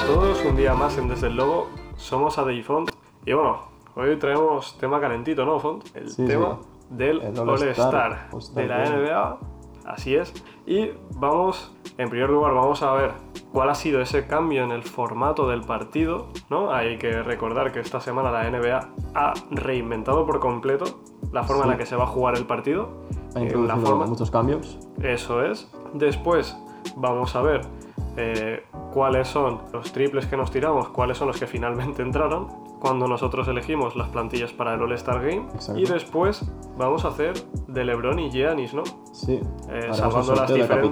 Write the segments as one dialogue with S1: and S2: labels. S1: bienvenidos un día más en Desde el Lobo. Somos a Font. Y bueno, hoy traemos tema calentito, ¿no, Font? El
S2: Sí,
S1: tema
S2: sí.
S1: del
S2: El
S1: All-Star
S2: All-Star. All-Star
S1: de la
S2: Game.
S1: NBA. Así es. Y vamos, en primer lugar, vamos a ver cuál ha sido ese cambio en el formato del partido, ¿no? Hay que recordar que esta semana la NBA ha reinventado por completo la forma en
S2: Sí.
S1: la que se va a jugar el partido.
S2: Ha
S1: eh,
S2: introducido muchos cambios.
S1: eso es. Después vamos a ver eh, cuáles son los triples que nos tiramos, cuáles son los que finalmente entraron, cuando nosotros elegimos las plantillas para el All-Star Game.
S2: Exacto.
S1: Y después vamos a hacer de LeBron y Giannis, ¿no?
S2: Sí.
S1: Eh,
S2: Haremos
S1: salvando
S2: el
S1: las
S2: sorteo de
S1: diferencias.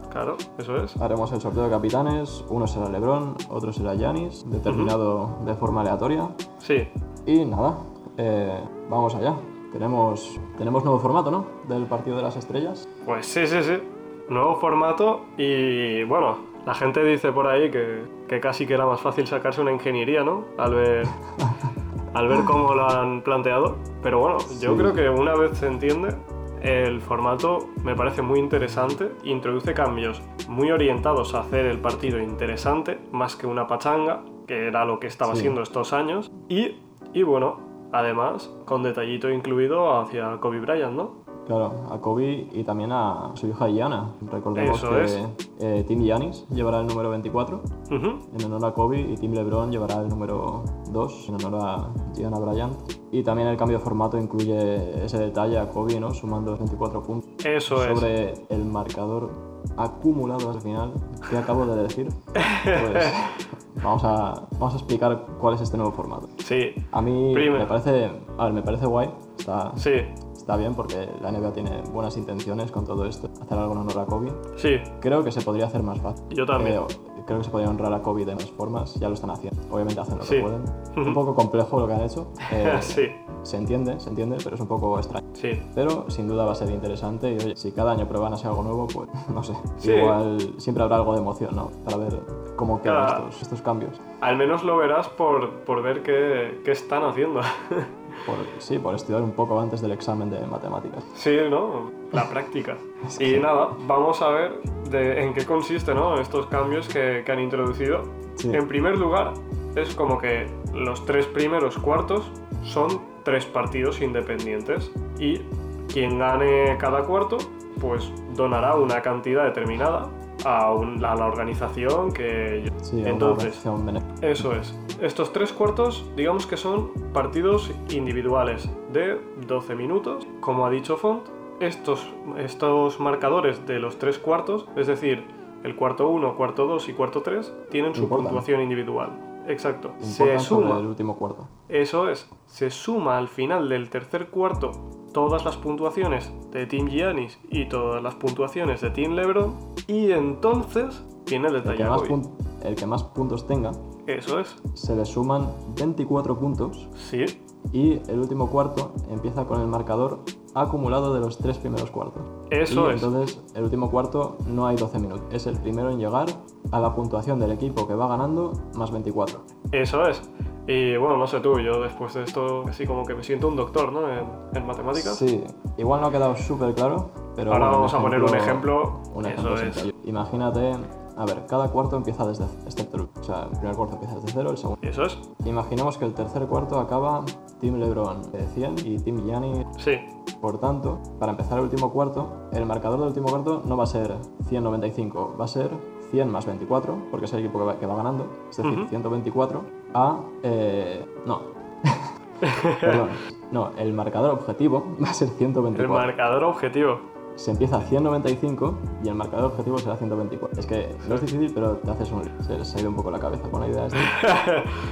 S2: capitanes.
S1: Claro, eso es.
S2: Haremos el sorteo de capitanes. Uno será LeBron, otro será Yanis, determinado de forma aleatoria.
S1: Sí,
S2: Y nada, eh, vamos allá. Tenemos, tenemos nuevo formato, ¿no? Del partido de las estrellas.
S1: Pues sí, sí, sí. Nuevo formato y bueno, la gente dice por ahí que, que casi que era más fácil sacarse una ingeniería, ¿no? Al ver, al ver cómo lo han planteado. Pero bueno, yo
S2: Sí.
S1: creo que una vez se entiende, el formato me parece muy interesante. Introduce cambios muy orientados a hacer el partido interesante, más que una pachanga, que era lo que estaba
S2: Sí.
S1: siendo estos años. Y, y bueno, además, con detallito incluido hacia Kobe Bryant, ¿no?
S2: Claro, a Kobe y también a su hija Gianna. Recordemos
S1: Eso
S2: que
S1: es.
S2: eh, Team Giannis llevará el número 24
S1: Ujú.
S2: en honor a Kobe y Team LeBron llevará el número 2 en honor a Gianna Bryant. Y también el cambio de formato incluye ese detalle a Kobe, ¿no? Sumando 24 puntos.
S1: Eso es.
S2: sobre el marcador acumulado al final que acabo de decir, pues vamos a, vamos a explicar cuál es este nuevo formato.
S1: Sí,
S2: A mí
S1: Primero.
S2: me parece, a ver, me parece guay, está,
S1: sí,
S2: está bien porque la NBA tiene buenas intenciones con todo esto, hacer algo en honor a Kobe.
S1: sí,
S2: Creo que se podría hacer más fácil.
S1: Yo también.
S2: Creo, creo que se podría honrar a Kobe de más formas, ya lo están haciendo. Obviamente hacen lo
S1: Sí.
S2: que pueden. Un poco complejo lo que han hecho. eh,
S1: sí,
S2: Se entiende, se entiende, pero es un poco extraño.
S1: sí.
S2: Pero sin duda va a ser interesante y oye, si cada año prueban así algo nuevo, pues no sé.
S1: Sí.
S2: Igual siempre habrá algo de emoción, ¿no? Para ver cómo quedan
S1: Claro.
S2: estos, estos cambios.
S1: Al menos lo verás por, por ver qué, qué están haciendo.
S2: Por, sí, por estudiar un poco antes del examen de matemáticas.
S1: sí, ¿no? La práctica. Y nada, vamos a ver de, en qué consiste, ¿no? Estos cambios que, que han introducido.
S2: Sí.
S1: En primer lugar, es como que los tres primeros cuartos son tres partidos independientes y quien gane cada cuarto, pues donará una cantidad determinada a, un- a la organización que
S2: Sí, una
S1: Entonces,
S2: organización bene-
S1: Eso es. Estos tres cuartos, digamos que son partidos individuales de 12 minutos, como ha dicho Font. Estos, estos marcadores de los tres cuartos, es decir, el cuarto 1, cuarto 2 y cuarto 3, tienen su
S2: Importan.
S1: puntuación individual. Exacto. Se
S2: importan sobre
S1: suma
S2: el último cuarto.
S1: eso es, se suma al final del tercer cuarto todas las puntuaciones de Team Giannis y todas las puntuaciones de Team LeBron y entonces tiene el
S2: El
S1: detalle.
S2: que, más
S1: Kobe.
S2: pun- el que más puntos tenga,
S1: Eso es,
S2: se le suman 24 puntos
S1: sí,
S2: y el último cuarto empieza con el marcador acumulado de los tres primeros cuartos.
S1: eso
S2: y
S1: es.
S2: entonces el último cuarto no hay 12 minutos. Es el primero en llegar a la puntuación del equipo que va ganando más 24.
S1: Eso es. Y bueno, no sé tú, yo después de esto, así como que me siento un doctor, ¿no? En, en matemáticas.
S2: Sí, igual no ha quedado súper claro, pero...
S1: Ahora
S2: bueno,
S1: vamos a poner un ejemplo.
S2: Un
S1: Eso
S2: ejemplo
S1: es.
S2: sencillo. Imagínate, a ver, cada cuarto empieza desde excepto el- O sea, el primer cuarto empieza desde cero, el segundo...
S1: Eso es.
S2: Imaginemos que el tercer cuarto acaba Team LeBron de 100 y Team Gianni.
S1: Sí.
S2: Por tanto, para empezar el último cuarto, el marcador del último cuarto no va a ser 195, va a ser 100 más 24, porque es el equipo que va, que va ganando, es decir,
S1: Ujú.
S2: 124 a... eh, no. Perdón. No, el marcador objetivo va a ser
S1: El
S2: 124.
S1: marcador objetivo.
S2: Se empieza a 195 y el marcador objetivo será 124. Es que no es difícil, pero te haces un... Se, se ha ido un poco la cabeza con la idea esta.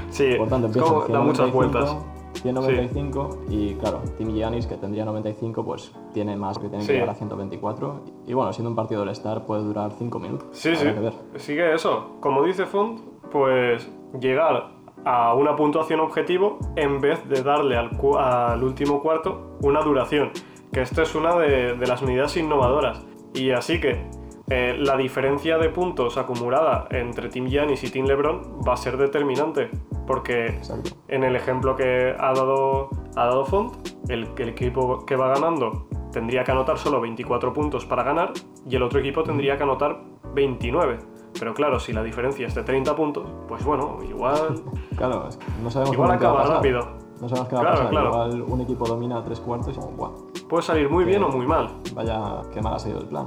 S1: sí.
S2: Por tanto,
S1: es
S2: empieza
S1: como-
S2: en
S1: da muchas
S2: 195,
S1: vueltas.
S2: 195 y claro, Team Giannis que tendría 95 pues tiene más que tiene
S1: Sí.
S2: que llegar a 124 y bueno, siendo un partido del Star puede durar 5 minutos.
S1: Sí,
S2: Habrá
S1: sí.
S2: que ver.
S1: Sigue eso. Como dice Font, pues llegar a una puntuación objetivo en vez de darle al, cu- al último cuarto una duración. Que esta es una de, de las medidas innovadoras. Y así que eh, la diferencia de puntos acumulada entre Team Giannis y Team LeBron va a ser determinante. Porque
S2: Exacto.
S1: en el ejemplo que ha dado, ha dado Font, el, el equipo que va ganando tendría que anotar solo 24 puntos para ganar y el otro equipo tendría que anotar 29. Pero claro, si la diferencia es de 30 puntos, pues bueno, igual.
S2: Claro, es que no sabemos
S1: Igual
S2: realmente qué va a
S1: acaba
S2: pasar.
S1: rápido.
S2: No sabemos qué va
S1: Claro,
S2: a pasar.
S1: claro.
S2: Igual un equipo domina tres cuartos y como, "Buah,
S1: Puede salir muy bien o muy mal.
S2: vaya, qué mal ha sido el plan.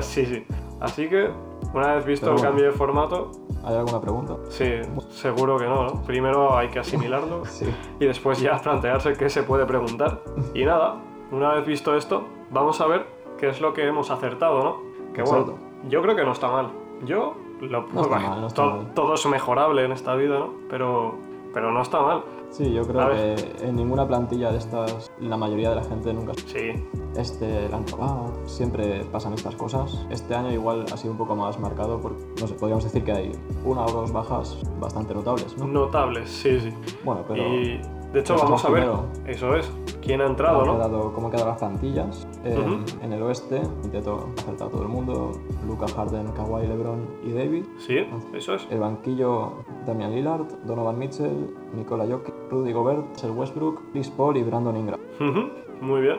S1: sí, sí. Así que, una vez visto
S2: Pero
S1: el
S2: bueno.
S1: cambio de formato,
S2: ¿Hay alguna pregunta?
S1: sí, seguro que no, ¿no? Primero hay que asimilarlo
S2: Sí.
S1: y después ya plantearse qué se puede preguntar. Y nada, una vez visto esto, vamos a ver qué es lo que hemos acertado, ¿no? Que bueno,
S2: Exacto.
S1: yo creo que no está mal. Yo lo
S2: No está mal, no está
S1: to-
S2: mal.
S1: todo es mejorable en esta vida, ¿no? Pero pero no está mal.
S2: Sí, yo
S1: A
S2: creo
S1: ver.
S2: que en ninguna plantilla de estas, la mayoría de la gente nunca
S1: Sí,
S2: este la han robado, siempre pasan estas cosas. Este año igual ha sido un poco más marcado porque, no sé, podríamos decir que hay una o dos bajas bastante notables, ¿no?
S1: notables, sí, sí.
S2: Bueno, pero
S1: y de hecho
S2: pero
S1: vamos a ver,
S2: primero.
S1: eso es, quién ha entrado,
S2: cómo
S1: ¿no?
S2: han quedado, cómo han quedado las plantillas. Eh,
S1: Ujú.
S2: En el oeste intento acertar a todo el mundo, Luca, Harden, Kawhi, LeBron y David.
S1: Sí, eso es.
S2: El banquillo, Damian Lillard, Donovan Mitchell, Nikola Jokic, Rudy Gobert, Sel Westbrook, Chris Paul y Brandon Ingram.
S1: Ujú, Muy bien.
S2: Eh.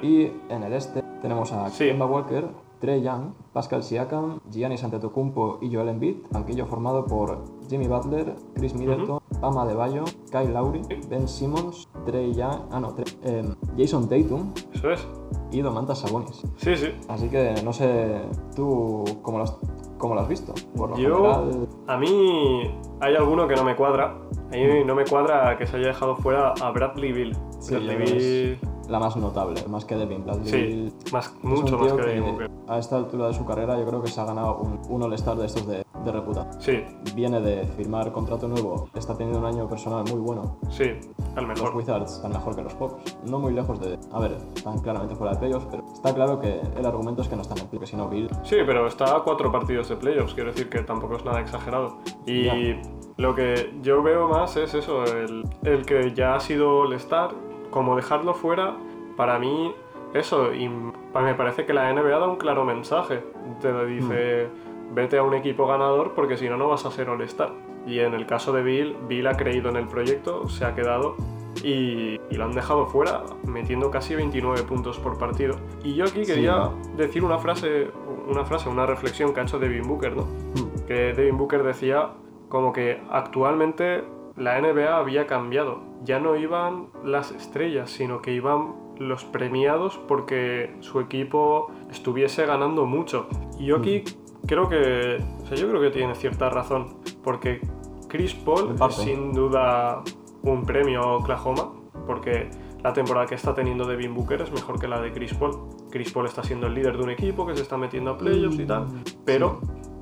S2: Y en el este tenemos a
S1: Sí.
S2: Kemba Walker, Trey Young, Pascal Siakam, Giannis Antetokounmpo y Joel Embiid, banquillo formado por Jimmy Butler, Chris Middleton, Ama de Bayo, Kyle Lowry, Ben Simmons, Trey Young, ah no, Trey- em, Jason Tatum
S1: Eso es.
S2: y Domantas Sabonis.
S1: Sí, sí.
S2: Así que no sé tú cómo lo has, cómo lo has visto. Por lo
S1: Yo-
S2: general,
S1: A mí hay alguno que no me cuadra. A mí no me cuadra que se haya dejado fuera a Bradley Bill.
S2: Sí,
S1: Bradley
S2: yo creo que
S1: Beal-
S2: la más notable, más que Devin Bradley.
S1: Sí, más,
S2: es un
S1: mucho más
S2: tío
S1: que Devin Booker.
S2: A esta altura de su carrera, yo creo que se ha ganado un, un All-Star de estos de, de reputación.
S1: Sí,
S2: viene de firmar contrato nuevo, está teniendo un año personal muy bueno.
S1: sí, al
S2: Los
S1: mejor.
S2: Wizards están mejor que los Hawks, no muy lejos de... A ver, están claramente fuera de playoffs, pero está claro que el argumento es que no están en playoffs, que si no Bill...
S1: Sí, pero está a cuatro partidos de playoffs, quiero decir que tampoco es nada exagerado. Y
S2: Ya.
S1: lo que yo veo más es eso, el, el que ya ha sido All-Star, como dejarlo fuera, para mí, eso, y m- me parece que la NBA da un claro mensaje. Te lo dice, vete a un equipo ganador porque si no, no vas a ser All-Star. Y en el caso de Bill, Bill ha creído en el proyecto, se ha quedado y, y lo han dejado fuera, metiendo casi 29 puntos por partido. Y yo aquí
S2: Sí,
S1: quería
S2: ¿no?
S1: decir una frase, una frase, una reflexión que ha hecho Devin Booker, ¿no?
S2: Hmm,
S1: Que Devin Booker decía como que actualmente la NBA había cambiado. Ya no iban las estrellas, sino que iban los premiados porque su equipo estuviese ganando mucho. Y yo aquí
S2: Mm.
S1: creo que, o sea, yo creo que tiene cierta razón, porque Chris Paul
S2: En
S1: es
S2: parte.
S1: sin duda un premio a Oklahoma, porque la temporada que está teniendo Devin Booker es mejor que la de Chris Paul. Chris Paul está siendo el líder de un equipo que se está metiendo a playoffs y tal, pero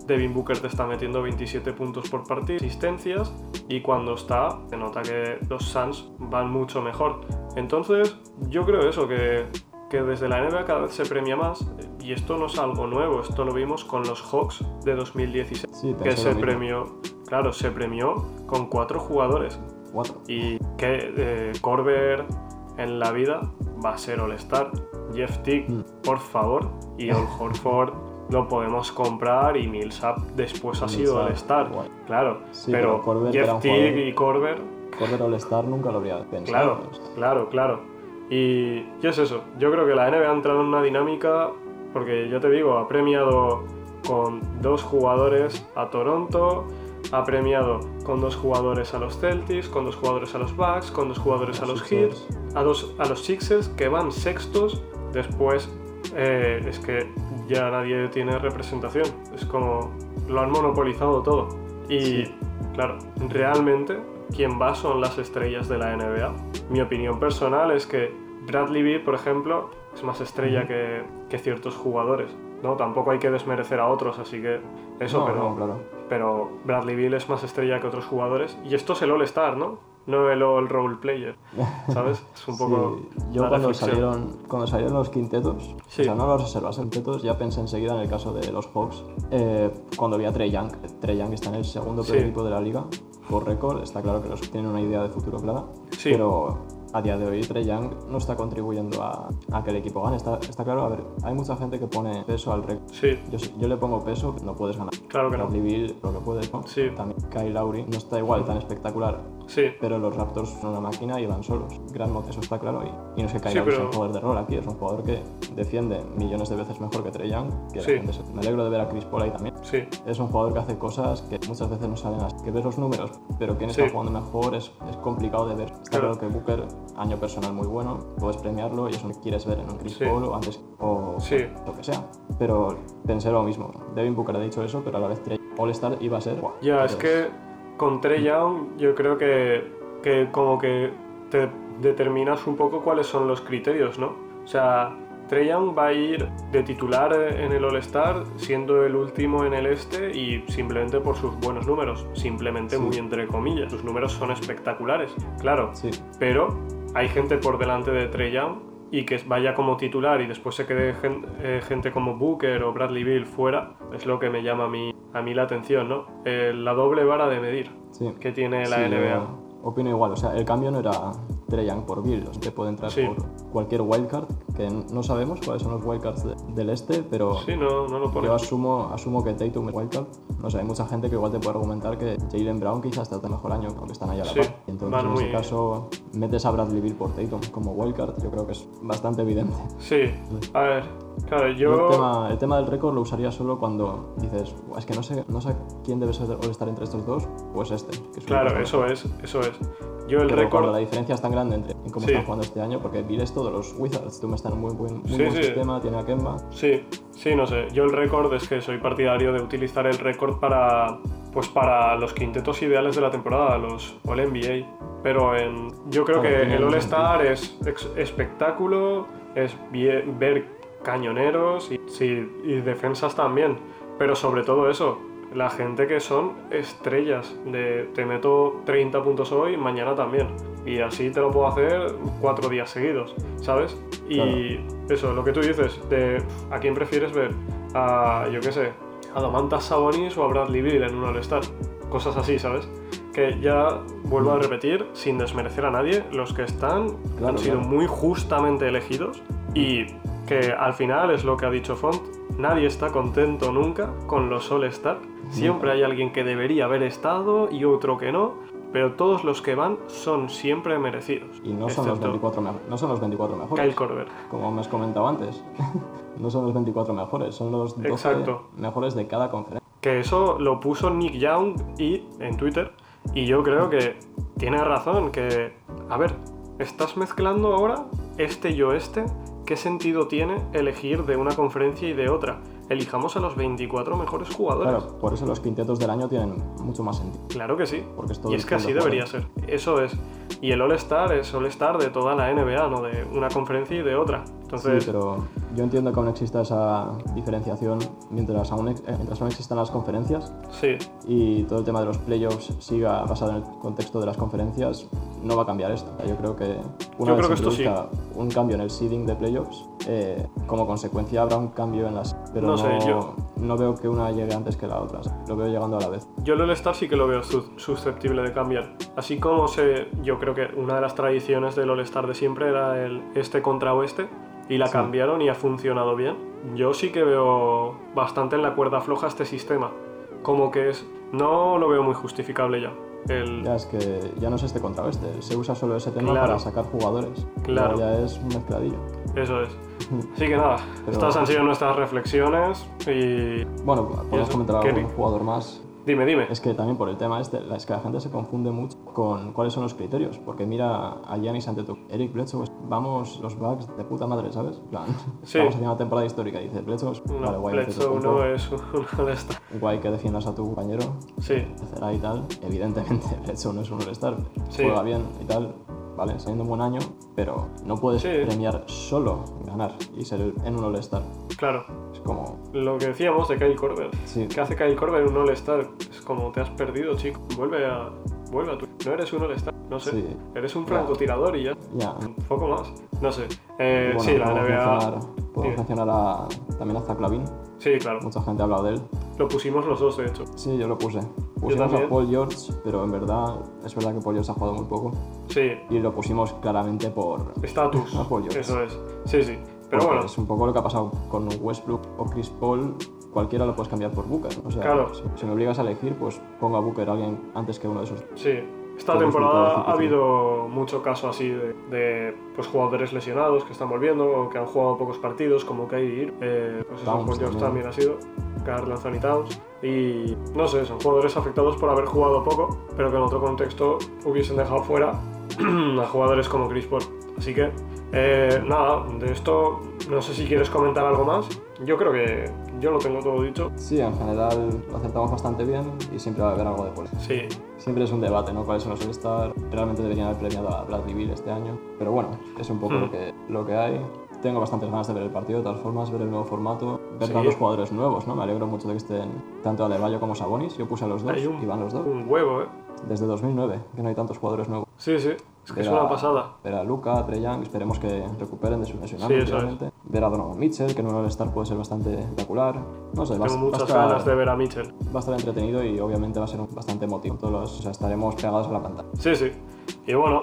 S1: Devin Booker te está metiendo 27 puntos por partido, asistencias, y cuando está, se nota que los Suns van mucho mejor. Entonces, yo creo eso, que, que desde la NBA cada vez se premia más, y esto no es algo nuevo, esto lo vimos con los Hawks de 2016,
S2: Sí, pensé
S1: que se
S2: lo mismo.
S1: premió, claro, se premió con cuatro jugadores,
S2: Cuatro.
S1: y que eh, Corber en la vida va a ser All-Star. Jeff Tick,
S2: Mm.
S1: por favor. Y Al Horford lo podemos comprar. Y Millsap después ha sido
S2: Millsap,
S1: All-Star.
S2: guay.
S1: Claro.
S2: Sí,
S1: pero
S2: pero Korver era
S1: Jeff
S2: un
S1: Tick
S2: jugador-
S1: y Corber,
S2: Correr All-Star nunca lo habría pensado.
S1: claro, claro, claro. Y, y es eso. Yo creo que la NBA ha entrado en una dinámica. Porque ya te digo, ha premiado con dos jugadores a Toronto. Ha premiado con dos jugadores a los Celtics, con dos jugadores a los Bucks, con dos jugadores a los Heat,
S2: Sixers.
S1: a, dos- a los Sixers que van sextos. Después eh, es que ya nadie tiene representación. Es como lo han monopolizado todo. Y
S2: Sí.
S1: claro, realmente quien va son las estrellas de la NBA. Mi opinión personal es que Bradley Beal, por ejemplo, es más estrella que, que ciertos jugadores. No, tampoco hay que desmerecer a otros, así que eso,
S2: No,
S1: pero
S2: no, claro.
S1: pero Bradley Beal es más estrella que otros jugadores. Y esto es el All-Star, ¿no? No el All-Role Player, ¿sabes? Es un poco.
S2: Sí, Yo
S1: la
S2: cuando
S1: reflexión.
S2: salieron, cuando salieron los quintetos,
S1: Sí.
S2: o sea, no los reservas, los quintetos, ya pensé enseguida en el caso de los Hawks. eh, cuando vi a Trey Young, Trey Young está en el segundo
S1: Sí.
S2: peor equipo de la liga, por récord, está claro que los tienen una idea de futuro clara,
S1: Sí.
S2: pero a día de hoy Trey Young no está contribuyendo a, a que el equipo gane. Está, está claro, a ver, hay mucha gente que pone peso al récord.
S1: Sí,
S2: Yo, yo le pongo peso, no puedes ganar.
S1: claro que no.
S2: Bradley Beal, lo que puedes, ¿no?
S1: Sí.
S2: También Kyle Lowry no está igual, tan espectacular,
S1: Sí,
S2: pero los Raptors son una máquina y van solos. Grant eso está claro. Y, y no se cae
S1: Sí,
S2: es
S1: pero-
S2: un jugador de rol aquí, es un jugador que defiende millones de veces mejor que Trey Young. Que la
S1: Sí.
S2: gente se- Me alegro de ver a Chris Paul ahí también.
S1: sí.
S2: Es un jugador que hace cosas que muchas veces no salen así. Que ves los números, pero quién
S1: Sí.
S2: está jugando mejor es, es complicado de ver. Está
S1: Claro.
S2: claro. que Booker, año personal muy bueno, puedes premiarlo y es lo que quieres ver en un Chris
S1: Sí.
S2: Paul o antes o
S1: Sí.
S2: lo que sea. Pero pensé lo mismo. Devin Booker ha dicho eso, pero a la vez Trey All-Star iba a ser.
S1: Ya, es
S2: Entonces,
S1: que con Trey Young yo creo que, que como que te determinas un poco cuáles son los criterios, ¿no? O sea, Trey Young va a ir de titular en el All-Star, siendo el último en el este y simplemente por sus buenos números, simplemente
S2: Sí.
S1: muy entre comillas. Sus números son espectaculares, claro,
S2: Sí,
S1: pero hay gente por delante de Trey Young y que vaya como titular y después se quede gen- eh, gente como Booker o Bradley Bill fuera, es lo que me llama a mí, a mí la atención, ¿no? Eh, la doble vara de medir
S2: sí.
S1: que tiene la
S2: Sí,
S1: NBA.
S2: yo Opino igual, o sea, el cambio no era Trey Young por Bill, o sea, que puede entrar
S1: Sí.
S2: por cualquier wildcard, que no sabemos cuáles son los wildcards de- del este, pero
S1: Sí, no, no lo pone.
S2: yo asumo, asumo que Tatum es wildcard. No sé, hay mucha gente que igual te puede argumentar que Jalen Brown quizás está el mejor año, aunque están allá a la
S1: Sí,
S2: par. Y entonces
S1: van
S2: en ese
S1: muy-
S2: caso metes a Bradley Bill por Tatum como wildcard, yo creo que es bastante evidente.
S1: Sí, a ver, claro,
S2: Yo
S1: yo...
S2: El tema, el tema del récord lo usaría solo cuando dices, "Buah, es que no sé, no sé quién debe ser all estar entre estos dos, pues este. que es un
S1: Claro,
S2: récord.
S1: eso es, eso es. Yo el
S2: Pero cuando
S1: récord...
S2: la diferencia es tan grande entre en cómo
S1: Sí.
S2: están jugando este año, porque Bill es todo los Wizards, tú me están en muy buen, muy
S1: Sí,
S2: buen
S1: sí.
S2: sistema, tiene a Kemba.
S1: Sí, sí, no sé. Yo el récord es que soy partidario de utilizar el récord para, pues para los quintetos ideales de la temporada, los All NBA. Pero en, yo creo
S2: Claro,
S1: que
S2: tiene
S1: el
S2: un
S1: All Star es ex- espectáculo, es vie- ver cañoneros y, sí, y defensas también. Pero sobre todo eso, la gente que son estrellas de te meto 30 puntos hoy, mañana también. Y así te lo puedo hacer cuatro días seguidos, ¿sabes? Y eso, lo que tú dices, de a quién prefieres ver, a, yo qué sé, a Domantas Sabonis o a Bradley Beal en un All-Star, cosas así, ¿sabes? Que ya vuelvo a repetir, sin desmerecer a nadie, los que están han
S2: Claro,
S1: sido
S2: claro.
S1: muy justamente elegidos y que al final es lo que ha dicho Font, nadie está contento nunca con los All-Star, siempre hay alguien que debería haber estado y otro que no, pero todos los que van son siempre merecidos.
S2: Y no son, los
S1: excepto
S2: 24 me- no son los 24 mejores,
S1: Kyle Korver.
S2: como me has comentado antes. no son los 24 mejores, son los 12
S1: Exacto.
S2: mejores de cada conferencia.
S1: Que eso lo puso Nick Young y, en Twitter. Y yo creo que tiene razón, que... A ver, estás mezclando ahora este y oeste. ¿Qué sentido tiene elegir de una conferencia y de otra? Elijamos a los 24 mejores jugadores. Claro,
S2: Claro, por eso los quintetos del año tienen mucho más sentido.
S1: que sí.
S2: Porque es todo
S1: y
S2: el
S1: es que
S2: pool de
S1: así debería ser. Eso es. Y el All-Star es All-Star de toda la NBA, no de una conferencia y de otra. Entonces,
S2: Sí, pero yo entiendo que aún exista esa diferenciación mientras aún, ex- eh, mientras aún existan las conferencias
S1: sí,
S2: y todo el tema de los playoffs siga basado en el contexto de las conferencias, no va a cambiar esto. Yo creo que una
S1: Yo creo
S2: vez
S1: que
S2: se
S1: esto sí.
S2: introduzca un cambio en el seeding de playoffs, eh, como consecuencia habrá un cambio en las... Pero
S1: No
S2: no,
S1: sé, yo-
S2: no veo que una llegue antes que la otra, lo veo llegando a la vez.
S1: Yo el All-Star sí que lo veo su- susceptible de cambiar. Así como se, yo creo que una de las tradiciones del All-Star de siempre era el este contra oeste y la
S2: Sí.
S1: cambiaron y ha funcionado bien. Yo sí que veo bastante en la cuerda floja este sistema. Como que es... No lo veo muy justificable ya. El,
S2: Ya es que ya no es este contra este, se usa solo ese tema
S1: Claro.
S2: para sacar jugadores.
S1: Claro.
S2: Luego Ya es un mezcladillo.
S1: eso es. Así que nada,
S2: Pero-
S1: estas han sido nuestras reflexiones y...
S2: Bueno, podemos
S1: eso?
S2: comentar a
S1: ¿Qué
S2: algún
S1: di-
S2: jugador más
S1: Dime, dime.
S2: Es que también por el tema este, la- es que la gente se confunde mucho con cuáles son los criterios, porque mira a Giannis Antetokounmpo, Eric Bledsoe, pues, vamos los Bucks de puta madre, ¿sabes? En plan,
S1: Sí.
S2: vamos a hacer una temporada histórica y dices Bledsoe, pues, vale,
S1: No,
S2: guay,
S1: Bledsoe
S2: Antetokounmpo,
S1: no es un All-Star.
S2: guay que defiendas a tu compañero,
S1: Sí,
S2: etcétera y tal. Evidentemente Bledsoe no es un all-star,
S1: Sí.
S2: juega bien y tal, vale, está haciendo un buen año, pero no puedes
S1: Sí.
S2: premiar solo ganar y ser el- en un all-star.
S1: claro.
S2: Es como,
S1: Lo que decíamos de Kyle Korver.
S2: Sí.
S1: ¿Qué hace Kyle Korver en un All-Star? Es como te has perdido, chico. Vuelve a. Vuelve a tu. No eres un All-Star, no sé.
S2: Sí.
S1: Eres un francotirador y ya.
S2: ya...
S1: Un poco más. No sé. Eh,
S2: Bueno,
S1: sí, la
S2: podemos
S1: NBA.
S2: mencionar- podemos
S1: Sí.
S2: mencionar a, también a Zaclavín,
S1: Sí, claro.
S2: mucha gente ha hablado de él.
S1: Lo pusimos los dos, de hecho.
S2: Sí, yo lo puse. Pusimos
S1: también.
S2: a Paul George, pero en verdad es verdad que Paul George ha jugado muy poco.
S1: Sí.
S2: Y lo pusimos claramente por...
S1: Estatus.
S2: Apoyo. Pues
S1: Eso es. Sí, sí. Pero
S2: porque
S1: bueno.
S2: Es un poco lo que ha pasado con Westbrook o Chris Paul. Cualquiera lo puedes cambiar por Booker. O sea,
S1: Claro.
S2: si, si me obligas a elegir, pues pongo a Booker a alguien antes que uno de esos.
S1: Sí, esta
S2: Por
S1: temporada
S2: resultados,
S1: ha
S2: sí.
S1: habido mucho caso así de, de, pues, jugadores lesionados que están volviendo o que han jugado pocos partidos, como Kyrie Irving, eh, pues eso,
S2: Towns
S1: Paul George también
S2: también.
S1: ha sido. Carl Anthony Towns. Y no sé, son jugadores afectados por haber jugado poco, pero que en otro contexto hubiesen dejado fuera a jugadores como Chris Paul. Así que, eh, nada, de esto no sé si quieres comentar algo más. Yo creo que yo lo tengo todo dicho.
S2: Sí, en general lo acertamos bastante bien y siempre va a haber algo de polémica.
S1: Sí,
S2: Siempre es un debate, ¿no? ¿Cuáles son los estar Realmente deberían haber premiado a Bradley Beal este año. Pero bueno, es un poco
S1: Hmm.
S2: lo, que, lo que hay. Tengo bastantes ganas de ver el partido, de todas formas, ver el nuevo formato, ver
S1: Sí.
S2: tantos jugadores nuevos, ¿no? Me alegro mucho de que estén tanto Adebayo como Sabonis. Yo puse a los dos
S1: hay un,
S2: y van Pues, los dos.
S1: un huevo, ¿eh?
S2: Desde 2009, que no hay tantos jugadores nuevos.
S1: Sí, sí, es que es
S2: Era-
S1: una pasada.
S2: Ver a Luca, Trey Young, esperemos que recuperen de su
S1: Sí,
S2: lesionamiento.
S1: eso es.
S2: obviamente. Ver a Donovan Mitchell, que en un All-Star puede ser bastante espectacular. No sé, va,
S1: Tengo
S2: va a
S1: muchas
S2: estar-
S1: ganas de ver a Mitchell.
S2: va a estar entretenido y obviamente va a ser un- bastante emotivo. Todos los- o sea, estaremos pegados a la pantalla.
S1: Sí, sí. Y bueno,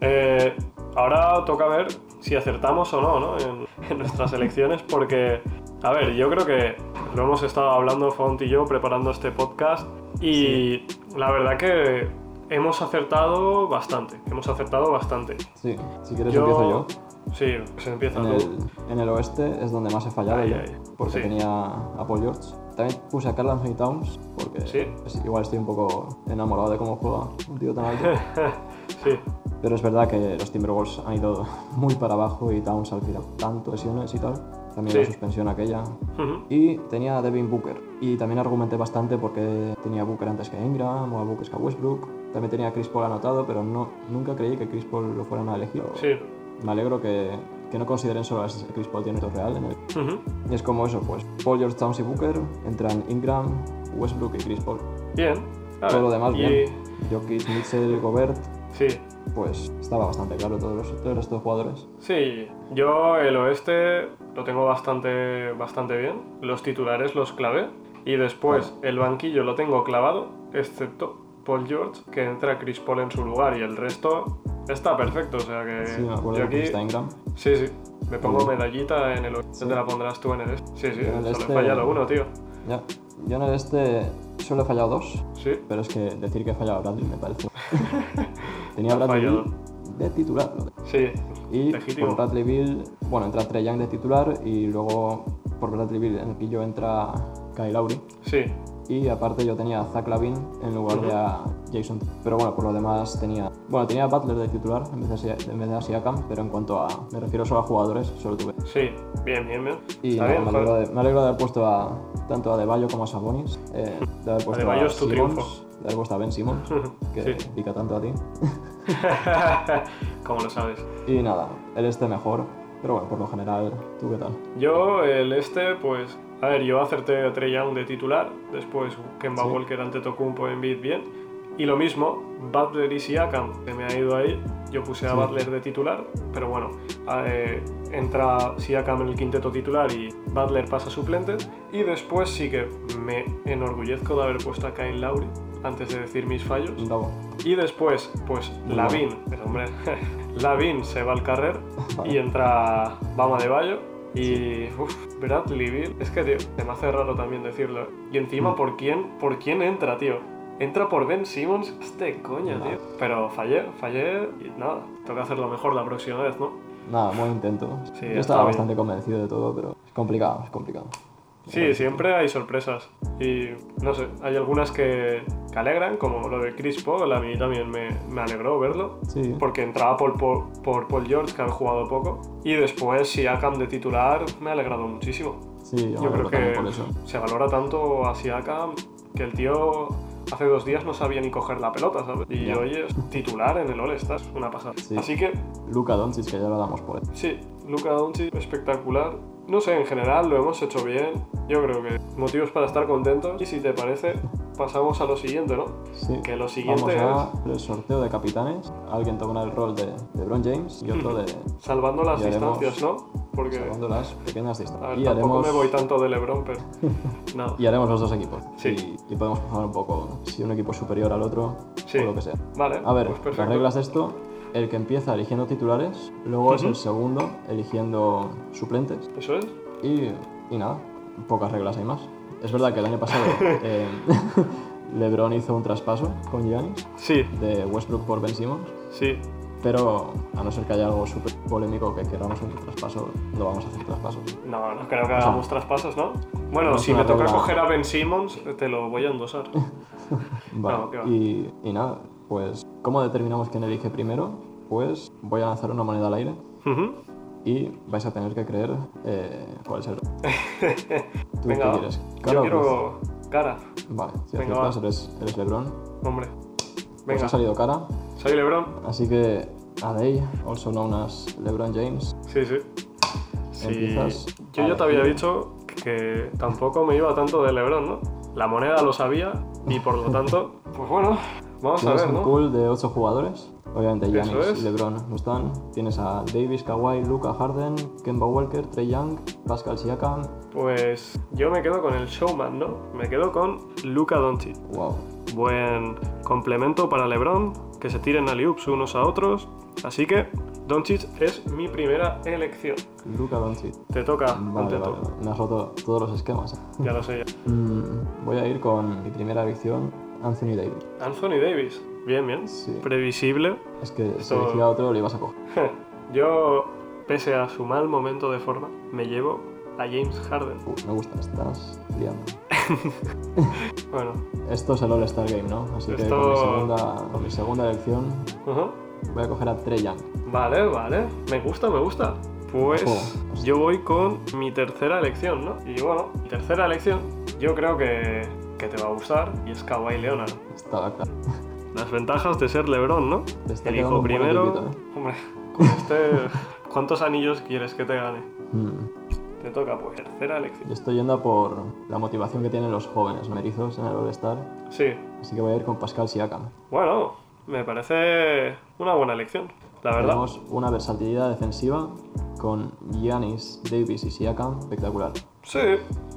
S1: eh, ahora toca ver si acertamos o no, ¿no? En, en nuestras elecciones, porque, a ver, yo creo que lo hemos estado hablando Font y yo preparando este podcast y la verdad que hemos acertado bastante, hemos acertado bastante.
S2: Sí, si quieres empiezo yo.
S1: Sí, se empieza
S2: En
S1: tú.
S2: el, en el oeste es donde más he fallado
S1: Ay,
S2: yo,
S1: ay.
S2: porque
S1: Sí.
S2: tenía a Paul George. También puse a Carl Anthony Towns, porque
S1: Sí.
S2: pues, igual estoy un poco enamorado de cómo juega un tío tan alto.
S1: sí,
S2: Pero es verdad que los Timberwolves han ido muy para abajo y Towns al final tanto lesiones y tal. También la
S1: Sí.
S2: suspensión aquella.
S1: Ujú.
S2: Y tenía a Devin Booker. Y también argumenté bastante porque tenía a Booker antes que a Ingram o a Booker que a Westbrook. También tenía a Chris Paul anotado, pero no, nunca creí que Chris Paul lo fueran a elegir.
S1: sí.
S2: Me alegro que, que no consideren solo a ese Chris Paul tiene real. en el-
S1: Ujú.
S2: Y es como eso, pues Paul, George, Towns y Booker, entran Ingram, Westbrook y Chris Paul.
S1: Bien. A ver,
S2: Todo lo demás
S1: y-
S2: bien. Jokic, Mitchell, Gobert,
S1: Sí,
S2: pues estaba bastante claro todos los, todo el resto de jugadores.
S1: Sí, yo el oeste lo tengo bastante, bastante bien. Los titulares los clavé. Y después
S2: Ah.
S1: el banquillo lo tengo clavado, excepto Paul George, que entra Chris Paul en su lugar. Y el resto está perfecto. O sea que
S2: Sí, me acuerdo
S1: yo
S2: que
S1: aquí.
S2: está Ingram.
S1: Sí, sí. Me pongo medallita en el oeste.
S2: Sí.
S1: Te la pondrás tú en el este. Sí, sí.
S2: Yo en el
S1: Solo
S2: este-
S1: he fallado uno, tío.
S2: Ya. Yo en el este solo he fallado dos,
S1: Sí.
S2: pero es que decir que he fallado a Bradley me parece. Tenía a
S1: Ha
S2: Bradley
S1: fallado.
S2: Beal de titular. lo
S1: Sí.
S2: Y
S1: Legítimo.
S2: por Bradley Bill, bueno, entra Trey Young de titular y luego por Bradley Bill en el pillo entra Kyle Lowry.
S1: Sí.
S2: Y aparte yo tenía a Zach Lavin en lugar de a Jason. Pero bueno, por lo demás tenía... Bueno, tenía a Butler de titular en vez de, Sia- en vez de a Siakam, pero en cuanto a... Me refiero solo a jugadores, solo tuve.
S1: Sí. Bien, bien, bien.
S2: Y
S1: está
S2: nada,
S1: bien, joder.
S2: me, alegro de, me alegro de haber puesto a tanto a Debayo como a Sabonis. eh, de haber puesto
S1: Adebayo
S2: a
S1: es tu
S2: Simmons,
S1: triunfo.
S2: de haber puesto a Ben Simmons, que
S1: Sí.
S2: pica tanto a ti.
S1: ¿Cómo lo sabes?
S2: Y nada, el este mejor. Pero bueno, por lo general, ¿tú qué tal?
S1: Yo, el este, pues. A ver, yo acerté a Trey Young de titular, después Kemba
S2: Sí.
S1: Walker ante Tocumpo en bid bien. Y lo mismo, Butler y Siakam, que me ha ido ahí. Yo puse a
S2: Sí.
S1: Butler de titular, pero bueno, a- eh, entra Siakam en el quinteto titular y Butler pasa suplente. Y después sí que me enorgullezco de haber puesto a Kyle Lowry antes de decir mis fallos.
S2: Bravo.
S1: Y después, pues
S2: Mm. Muy
S1: Lavin, el hombre, Lavin se va al carrer
S2: Vale.
S1: y entra Bama de Bayo. Y uff, Bradley Beal, es que tío, se me hace raro también decirlo. ¿eh? Y encima, ¿por quién, ¿por quién entra, tío? Entra por Ben Simmons, este coño,
S2: No.
S1: tío. Pero fallé, fallé y nada, toca hacerlo mejor la próxima vez, ¿no?
S2: Nada, buen intento.
S1: Sí,
S2: Yo
S1: está
S2: estaba
S1: bien.
S2: bastante convencido de todo, pero es complicado, es complicado.
S1: Sí, siempre hay sorpresas. Y no sé, hay algunas que, que alegran, como lo de Chris Paul, a mí también me, me alegró verlo.
S2: Sí.
S1: porque entraba por, por, por Paul George, que han jugado poco, y después Siakam de titular me ha alegrado muchísimo.
S2: Sí,
S1: Yo creo
S2: también
S1: que
S2: por eso.
S1: se valora tanto a Siakam que el tío hace dos días no sabía ni coger la pelota, ¿sabes? Y
S2: Ya.
S1: hoy es titular en el All-Star, es una pasada.
S2: Sí.
S1: Así que
S2: Luca Doncic, que ya lo damos por él.
S1: sí, Luka Doncic espectacular. No sé, en general lo hemos hecho bien. Yo creo que motivos para estar contentos. Y si te parece, pasamos a lo siguiente, ¿no?
S2: Sí.
S1: Que lo siguiente
S2: Vamos a el sorteo de capitanes. Alguien tomará el rol de LeBron James y otro de
S1: Salvando las
S2: Y haremos-
S1: distancias, ¿no? Porque
S2: salvando las pequeñas distancias.
S1: A ver,
S2: y,
S1: tampoco
S2: haremos,
S1: me voy tanto de LeBron, pero. No.
S2: y haremos los dos equipos.
S1: Sí.
S2: Y, y podemos jugar un poco si un equipo es superior al otro
S1: Sí.
S2: o lo que sea.
S1: Vale,
S2: A ver,
S1: pues perfecto.
S2: las reglas de esto, el que empieza eligiendo titulares, luego es el segundo eligiendo suplentes
S1: Eso es.
S2: Y, y nada, pocas reglas hay más. Es verdad que el año pasado eh, LeBron hizo un traspaso con Giannis
S1: Sí,
S2: de Westbrook por Ben Simmons,
S1: sí.
S2: pero a no ser que haya algo súper polémico que queramos un traspaso, no vamos a hacer traspasos.
S1: No, no creo que hagamos traspasos, ¿no? Bueno,
S2: No es
S1: si
S2: una
S1: me toca
S2: regla-
S1: coger a Ben Simmons, te lo voy a endosar.
S2: Vale,
S1: No, que va.
S2: y, y nada, pues ¿cómo determinamos quién elige primero? Pues voy a lanzar una moneda al aire
S1: Ujú.
S2: y vais a tener que creer eh, cuál será. ¿Tú
S1: Venga,
S2: qué
S1: va.
S2: quieres? ¿Cara pues.
S1: yo
S2: o cruz?
S1: quiero cara.
S2: Vale, si
S1: Venga,
S2: aciertas
S1: va.
S2: eres, eres Lebron.
S1: Hombre.
S2: Pues
S1: Venga,
S2: ha salido cara,
S1: soy LeBron.
S2: así que Adey, also known as Lebron James,
S1: Sí, sí. Sí.
S2: Empiezas
S1: Yo
S2: a
S1: ya te había
S2: elegir.
S1: dicho que tampoco me iba tanto de LeBron, ¿no? La moneda lo sabía y por lo tanto, pues bueno, vamos a
S2: Tienes
S1: ver,
S2: un
S1: ¿no?
S2: pool de 8 jugadores. Obviamente
S1: Eso
S2: Giannis
S1: es.
S2: y LeBron no están. Tienes a Davis, Kawhi, Luka, Harden, Kemba Walker, Trey Young, Pascal Siakam.
S1: Pues yo me quedo con el showman, ¿no? Me quedo con Luka Doncic.
S2: Wow.
S1: Buen complemento para LeBron, que se tiren aliups unos a otros. Así que Doncic es mi primera elección.
S2: Luka Doncic.
S1: Te toca,
S2: Vale,
S1: ponte
S2: vale,
S1: tú.
S2: vale. Me has roto todos los esquemas.
S1: Ya lo sé. ya.
S2: Mm, voy a ir con mi primera elección, Anthony Davis.
S1: Anthony Davis. Bien, bien.
S2: Sí.
S1: Previsible.
S2: Es que si
S1: Esto-
S2: elegía otro, le ibas a coger.
S1: Yo, pese a su mal momento de forma, me llevo a James Harden.
S2: Uh, me gusta, estás liando.
S1: Bueno,
S2: Esto es el All-Star Game, ¿no? Así que con mi,
S1: Esto-
S2: segunda, con mi segunda elección
S1: ujú.
S2: voy a coger a Trey Young.
S1: vale, vale. Me gusta, me gusta. Pues
S2: Ojo.
S1: yo voy con mi tercera elección, ¿no? Y bueno, mi tercera elección yo creo que, que te va a gustar y es Kawhi Leonard.
S2: Estaba claro.
S1: Las ventajas de ser LeBron, ¿no?
S2: Te está
S1: El
S2: quedando
S1: hijo
S2: un buen
S1: primero.
S2: equipito, ¿eh?
S1: Hombre, con este, ¿cuántos anillos quieres que te gane?
S2: Mm.
S1: Te toca, pues, tercera elección.
S2: Yo estoy yendo a por la motivación que tienen los jóvenes merizos en el All-Star,
S1: Sí,
S2: así que voy a ir con Pascal Siakam.
S1: Bueno, me parece una buena elección, la verdad.
S2: Tenemos una versatilidad defensiva con Giannis, Davis y Siakam espectacular.
S1: Sí,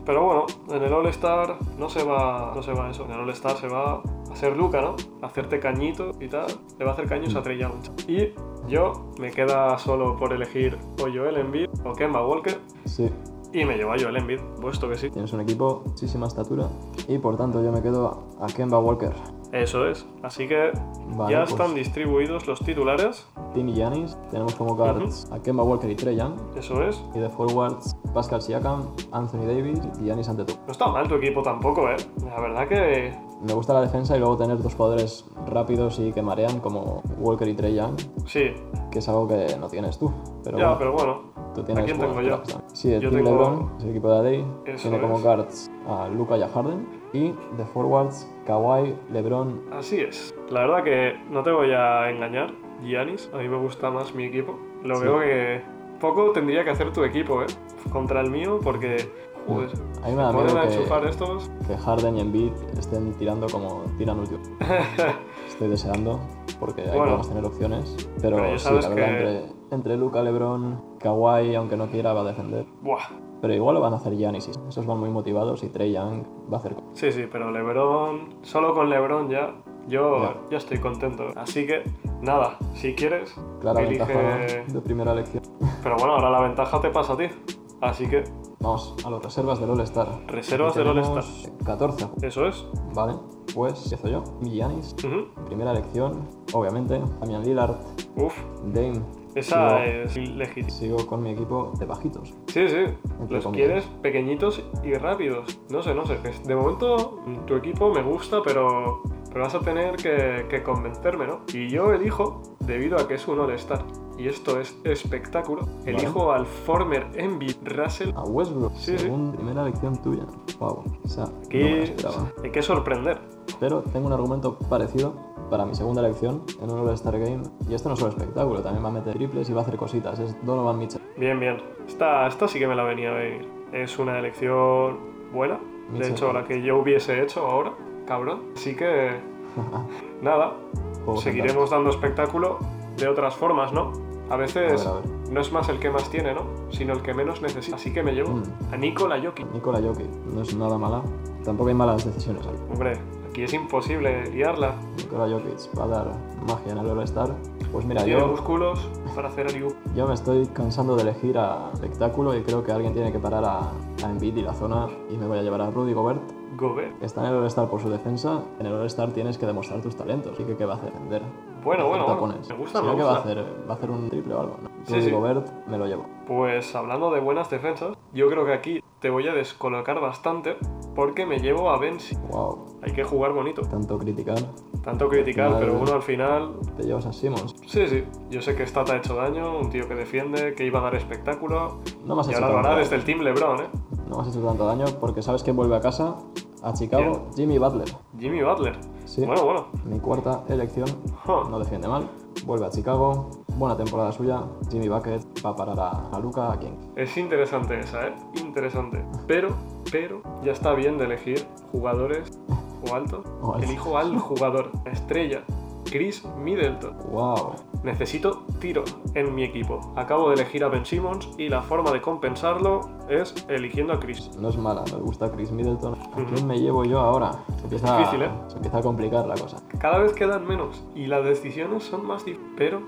S1: pero bueno, en el All Star no se va, no se va eso. En el All Star se va a hacer Luca, ¿no? A hacerte cañito y tal. Le va a hacer caños a Trey Young. Y yo me queda solo por elegir o Joel Embiid o Kemba Walker
S2: Sí,
S1: y me llevo a Joel Embiid, puesto que sí.
S2: tienes un equipo de muchísima estatura y por tanto yo me quedo a Kemba Walker.
S1: Eso es. Así que
S2: Vale,
S1: ya
S2: pues.
S1: están distribuidos los titulares.
S2: Team Giannis, tenemos como guards a Kemba Walker y Trey Young
S1: Eso es.
S2: y de forwards Pascal Siakam, Anthony Davis y Giannis Antetokounmpo.
S1: No está mal tu equipo tampoco, ¿eh? La verdad que
S2: Me gusta la defensa y luego tener dos jugadores rápidos y que marean como Walker y Trey Young,
S1: sí.
S2: que es algo que no tienes tú. Pero
S1: ya,
S2: bueno.
S1: pero bueno.
S2: Tú tienes
S1: ¿A quién
S2: buenas
S1: tengo yo?
S2: propuestas. Sí, el
S1: Yo
S2: Team
S1: tengo-
S2: LeBron, es el equipo de Adey,
S1: Eso
S2: tiene como
S1: es.
S2: guards a Luca y a Harden. Y de forwards, Kawhi, LeBron.
S1: Así es. La verdad que no te voy a engañar, Giannis. A mí me gusta más mi equipo. Lo
S2: Sí.
S1: veo que poco tendría que hacer tu equipo, ¿eh? Contra el mío, porque. Joder.
S2: A mí me da
S1: Pueden
S2: miedo
S1: enchufar ¿eh?
S2: que,
S1: estos.
S2: que Harden y Embiid estén tirando como tiran último. Estoy deseando, porque ahí
S1: Bueno.
S2: podemos tener opciones. Pero,
S1: Pero ya
S2: sí,
S1: sabes
S2: la verdad,
S1: que-
S2: entre, entre Luca, LeBron, Kawhi, aunque no quiera, va a defender.
S1: Buah.
S2: Pero igual lo van a hacer Giannis. y Esos van muy motivados y Trey Young va a hacer... cosas.
S1: Sí, sí, pero LeBron. Solo con LeBron ya. Yo
S2: Ya.
S1: ya estoy contento. Así que, nada, si quieres,
S2: Clara
S1: elige.
S2: ventaja de primera elección.
S1: Pero bueno, ahora la ventaja te pasa a ti. Así que,
S2: Vamos a las reservas del All-Star.
S1: reservas del All-Star.
S2: Tenemos 14
S1: Eso es.
S2: Vale, pues empiezo yo. Giannis,
S1: Ujú.
S2: primera elección, obviamente. Damian Lillard,
S1: Uf.
S2: Dame.
S1: Esa
S2: sigo,
S1: es legítima.
S2: sigo con mi equipo de bajitos.
S1: Sí, sí.
S2: Entre
S1: Los
S2: comillas.
S1: quieres pequeñitos y rápidos. No sé, no sé. Es- De momento mm, tu equipo me gusta, pero, pero vas a tener que, que convencerme, ¿no? Y yo elijo, debido a que es un All-Star, y esto es espectáculo, elijo al former Envy Russell.
S2: A Westbrook,
S1: Sí, sí.
S2: según primera elección tuya. Wow, o sea,
S1: Aquí
S2: no me la esperaba.
S1: hay que sorprender.
S2: Pero tengo un argumento parecido para mi segunda elección en un All-Star Game. Y esto no es solo espectáculo, también va a meter triples y va a hacer cositas. Es Donovan Mitchell.
S1: Bien, bien. Esta, esta sí que me la venía a venir. Es una elección buena. De
S2: Mitchell.
S1: hecho, la que yo hubiese hecho ahora, cabrón. Así que, nada,
S2: Juegos
S1: seguiremos dando espectáculo de otras formas, ¿no? A veces
S2: A ver, a ver.
S1: no es más el que más tiene, ¿no? Sino el que menos necesita. Así que me llevo
S2: Mm.
S1: a Nikola Jokic.
S2: Nikola Jokic, no es nada mala. Tampoco hay malas decisiones aquí.
S1: Hombre, aquí es imposible liarla.
S2: Nikola Jokic va a dar magia en el All-Star. Pues mira,
S1: Tiene
S2: yo
S1: músculos para hacer ariu.
S2: Yo me estoy cansando de elegir a espectáculo y creo que alguien tiene que parar a, a Embiid y la zona y me voy a llevar a Rudy Gobert.
S1: Gobert.
S2: Está en el All-Star por su defensa, en el All-Star tienes que demostrar tus talentos, así que ¿qué va a hacer? Defender.
S1: Bueno, bueno,
S2: Te
S1: bueno.
S2: pones.
S1: Me gusta,
S2: Creo
S1: me
S2: que va a
S1: gusta.
S2: hacer, va a hacer un triple o algo. ¿no?
S1: Sí,
S2: Rudy
S1: sí.
S2: Gobert me lo llevo.
S1: Pues hablando de buenas defensas, yo creo que aquí te voy a descolocar bastante porque me llevo a Bensi.
S2: Wow,
S1: Hay que jugar bonito.
S2: tanto criticar.
S1: Tanto criticar,
S2: Madre
S1: pero
S2: mía.
S1: uno al final.
S2: Te llevas a Simmons.
S1: Sí, sí. Yo sé que esta te ha hecho daño, un tío que defiende, que iba a dar espectáculo.
S2: No me has
S1: Y
S2: hecho
S1: ahora lo
S2: tanto
S1: hará
S2: daño.
S1: desde el Team LeBron, ¿eh?
S2: No me has hecho tanto daño porque sabes que vuelve a casa, a Chicago, Jimmy Butler.
S1: Jimmy Butler.
S2: Sí.
S1: Bueno, bueno.
S2: Mi cuarta elección.
S1: Huh.
S2: No defiende mal. Vuelve a Chicago. Buena temporada suya. Jimmy Bucket va a parar a, a Luca a King.
S1: Es interesante esa, ¿eh? Interesante. Pero, pero, ya está bien de elegir jugadores o alto.
S2: O alto.
S1: Elijo al jugador, la estrella, Chris Middleton.
S2: Wow.
S1: Necesito tiro en mi equipo. Acabo de elegir a Ben Simmons y la forma de compensarlo es eligiendo a Chris.
S2: No es mala. Me gusta Chris Middleton. ¿A quién me llevo yo ahora? Se empieza,
S1: difícil, ¿eh?
S2: se empieza a complicar la cosa.
S1: Cada vez quedan menos y las decisiones son más difíciles. Pero,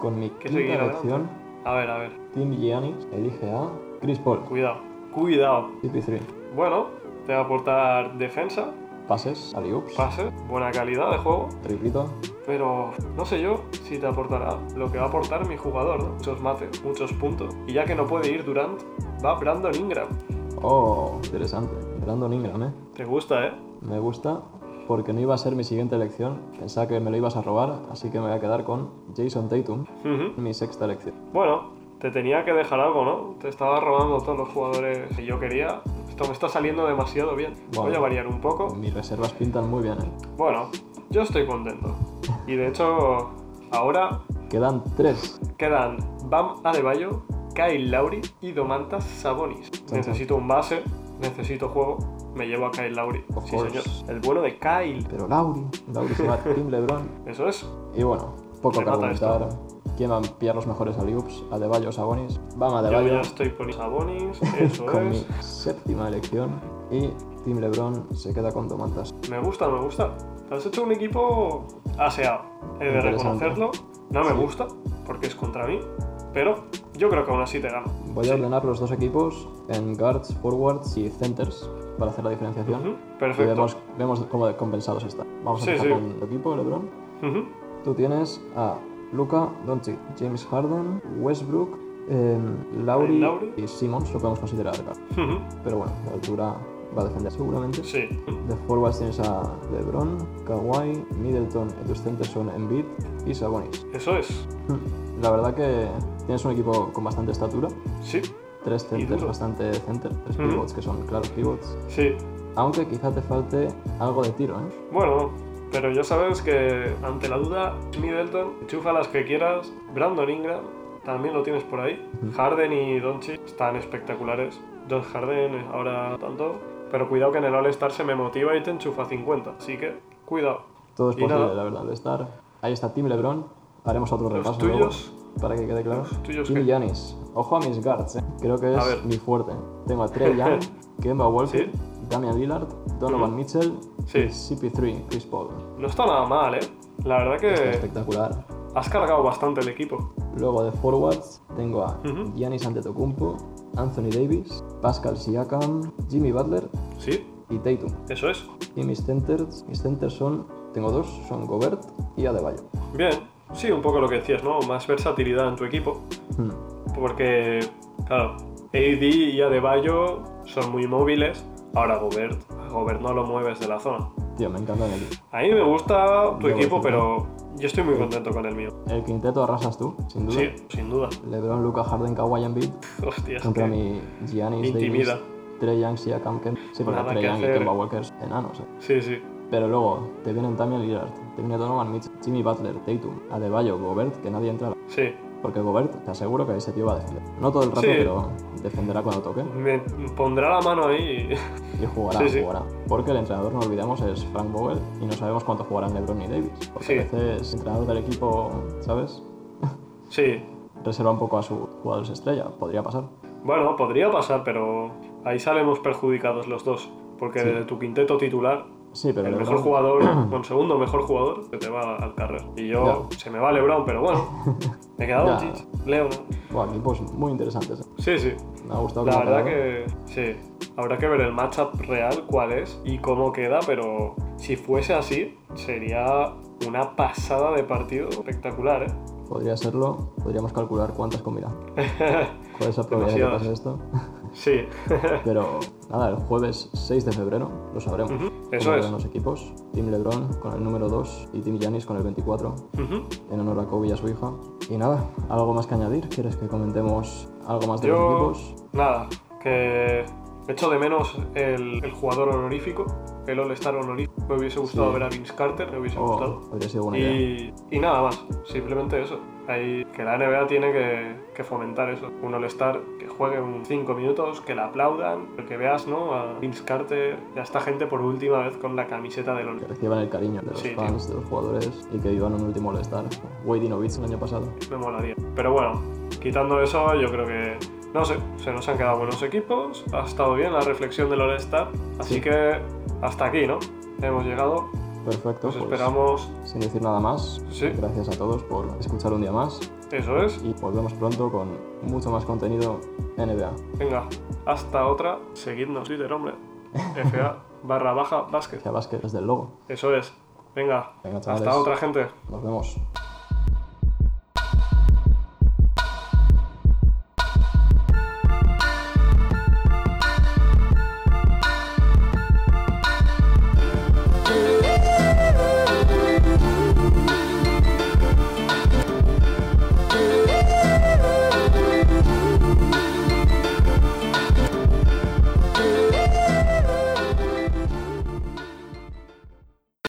S2: Con mi
S1: que
S2: quinta
S1: seguir adelante.
S2: elección,
S1: A ver, a ver,
S2: Team Giannis elige a Chris Paul.
S1: cuidado, cuidado.
S2: CP3.
S1: Bueno, te va a aportar defensa,
S2: Pases, alley-oops,
S1: pase, buena calidad de juego.
S2: triplito.
S1: Pero no sé yo si te aportará lo que va a aportar mi jugador, ¿no? Muchos mates, muchos puntos. Y ya que no puede ir Durant, va Brandon Ingram.
S2: Oh, interesante. Brandon Ingram, ¿eh?
S1: Te gusta, ¿eh?
S2: Me gusta porque no iba a ser mi siguiente elección. Pensaba que me lo ibas a robar, así que me voy a quedar con Jason Tatum,
S1: Ujú.
S2: mi sexta elección.
S1: Bueno, te tenía que dejar algo, ¿no? Te estaba robando todos los jugadores que yo quería. Esto me está saliendo demasiado bien.
S2: Bueno.
S1: Voy a variar un poco.
S2: Mis reservas pintan muy bien, ¿eh?
S1: Bueno, yo estoy contento. Y de hecho, ahora
S2: Quedan tres.
S1: quedan Bam Adebayo, Kyle Lowry y Domantas Sabonis.
S2: chan.
S1: Necesito un base, necesito juego. Me llevo a Kyle Lowry.
S2: Of
S1: Sí,
S2: course.
S1: señor. El bueno de Kyle.
S2: Pero Lauri, Lauri se va a Team LeBron.
S1: Eso es.
S2: Y bueno, poco
S1: Me
S2: que
S1: mata esto.
S2: argumentar. ¿Quién va a pillar los mejores alley-oops? Adebayo, Sabonis. Vamos,
S1: Yo
S2: Adebayo.
S1: ya estoy poniendo Sabonis. Eso
S2: Con mi
S1: es.
S2: séptima elección. Y Team LeBron se queda con Domantas.
S1: Me gusta, me gusta. Te has hecho un equipo aseado. He de
S2: Interesante.
S1: reconocerlo. No me
S2: Sí.
S1: gusta porque es contra mí. Pero yo creo que aún así te gano.
S2: Voy a ordenar los dos equipos en guards, forwards y centers para hacer la diferenciación.
S1: Ujú,
S2: Y
S1: Perfecto.
S2: vemos, vemos cómo de compensados está. Vamos a
S1: Sí,
S2: empezar
S1: sí.
S2: con tu equipo, LeBron.
S1: Ujú.
S2: Tú tienes a Luca Doncic, James Harden, Westbrook, em, Lauri,
S1: Lauri.
S2: y Simmons, lo podemos considerar. claro.
S1: Ujú.
S2: Pero bueno, la altura va a defender seguramente.
S1: Sí.
S2: De forwards tienes a LeBron, Kawhi, Middleton, y tus centers son Embiid y Sabonis.
S1: Eso es.
S2: La verdad que tienes un equipo con bastante estatura.
S1: Sí.
S2: Tres centers
S1: duro.
S2: bastante center, tres
S1: Ujú.
S2: pivots que son claros pivots.
S1: Sí.
S2: Aunque quizá te falte algo de tiro, ¿eh?
S1: Bueno, pero ya sabes que ante la duda, Middleton, chufa las que quieras. Brandon Ingram, también lo tienes por ahí.
S2: Mm.
S1: Harden y Doncic están espectaculares. John Harden ahora no tanto. Pero cuidado que en el All-Star se me motiva y te enchufa 50. Así que, cuidado.
S2: Todo es
S1: Y
S2: posible,
S1: nada.
S2: la verdad, de estar. Ahí está Team LeBron. Haremos otro repaso
S1: tuyos.
S2: luego para que quede claro.
S1: tuyos
S2: Team
S1: qué?
S2: Giannis. Ojo a mis guards, eh. Creo que
S1: A ver.
S2: es mi fuerte. Tengo a Trey Young, Kemba Walker,
S1: Sí. Mm.
S2: Damian Lillard, Donovan Mitchell
S1: Sí.
S2: y CP3, Chris Paul.
S1: No está nada mal, ¿eh? La verdad
S2: Está
S1: que
S2: espectacular.
S1: has cargado bastante el equipo.
S2: Luego de forwards tengo a
S1: Ujú.
S2: Giannis Antetokounmpo, Anthony Davis, Pascal Siakam, Jimmy Butler
S1: Sí,
S2: y Tatum.
S1: eso es.
S2: Y mis centers, mis centers son, tengo dos, son Gobert y Adebayo.
S1: Bien. Sí, un poco lo que decías, ¿no? Más versatilidad en tu equipo.
S2: Hmm.
S1: Porque, claro, AD y Adebayo son muy móviles. Ahora Gobert, a Gobert no lo mueves de la zona.
S2: Tío, me encanta el equipo.
S1: A mí me gusta tu
S2: Yo
S1: equipo,
S2: voy
S1: pero yo estoy muy contento con el mío.
S2: El quinteto arrasas tú, sin duda.
S1: Sí, sin duda.
S2: LeBron, Luca, Harden, Kawhi, Embiid.
S1: Hostia, es
S2: Contra
S1: que
S2: mi Giannis,
S1: intimida.
S2: Davis, Trey Young, Siakam, Ken... Sí, pero
S1: Nada
S2: Trey
S1: que
S2: Young y
S1: hacer.
S2: Kemba Walker son enanos. eh.
S1: Sí, sí.
S2: Pero luego te vienen también Lillard, te viene Donovan Mitchell, Jimmy Butler, Tatum, Adebayo, Gobert, que nadie entra.
S1: Sí.
S2: Porque Gobert, te aseguro que ese tío va a defender. No todo el rato,
S1: Sí.
S2: pero defenderá cuando toque
S1: Me pondrá la mano ahí. y-
S2: y jugará,
S1: Sí, sí.
S2: jugará. Porque el entrenador, no olvidemos, es Frank Vogel y no sabemos cuánto jugarán LeBron ni Davis. Porque
S1: Sí.
S2: a veces el entrenador del equipo, ¿sabes?
S1: Sí.
S2: Reserva un poco a sus jugadores estrella, podría pasar.
S1: Bueno, podría pasar, pero ahí salemos perjudicados los dos. Porque de tu quinteto titular,
S2: Sí, pero
S1: el
S2: LeBron-
S1: mejor jugador, con segundo mejor jugador, se te va al carrer. Y yo, se me va LeBron, pero bueno. Me he quedado
S2: Ya.
S1: un Leo, ¿no?
S2: Bueno, equipos muy interesantes. ¿eh?
S1: Sí, sí.
S2: Me ha gustado
S1: La
S2: cómo ha
S1: verdad
S2: quedado.
S1: que sí. Habrá que ver el matchup real, cuál es y cómo queda, pero si fuese así, sería una pasada de partido espectacular, ¿eh?
S2: Podría serlo, podríamos calcular cuántas combinamos. ¿Cuál es la probabilidad de que pase esto?
S1: Sí.
S2: Pero nada, el jueves 6 de febrero lo sabremos.
S1: Ujú, eso
S2: Cómo
S1: es.
S2: quedan los equipos. Team LeBron con el número 2 y Team Giannis con el 24,
S1: Ujú.
S2: en honor a Kobe y a su hija. Y nada, ¿algo más que añadir? ¿Quieres que comentemos algo más de
S1: Yo,
S2: los equipos?
S1: nada, que echo de menos el, el jugador honorífico, el All-Star honorífico. Me hubiese gustado
S2: Sí.
S1: ver a Vince Carter, me hubiese
S2: Oh,
S1: gustado.
S2: habría sido buena idea.
S1: Y, y nada más, simplemente eso. Ahí- que la NBA tiene que, que fomentar eso. Un All-Star que juegue un 5 minutos, que la aplaudan, que veas, ¿no? A Vince Carter y a esta gente por última vez con la camiseta del
S2: Que
S1: All-Star.
S2: reciban el cariño de los
S1: Sí,
S2: fans, de los jugadores y que vivan un último All-Star. Wade Inovich el año pasado.
S1: Me molaría. Pero bueno, quitando eso, yo creo que. No sé, se nos han quedado buenos equipos, ha estado bien la reflexión del All-Star, así
S2: Sí.
S1: que hasta aquí, ¿no? Hemos llegado,
S2: Perfecto,
S1: nos
S2: pues
S1: esperamos.
S2: sin decir nada más,
S1: Sí.
S2: gracias a todos por escuchar un día más
S1: Eso es.
S2: y volvemos pronto con mucho más contenido NBA.
S1: Venga, hasta otra. Seguidnos en Twitter, hombre. FA barra baja básquet.
S2: Que a básquet desde el logo.
S1: Eso es. Venga,
S2: Venga,
S1: hasta
S2: chavales.
S1: otra gente.
S2: Nos vemos.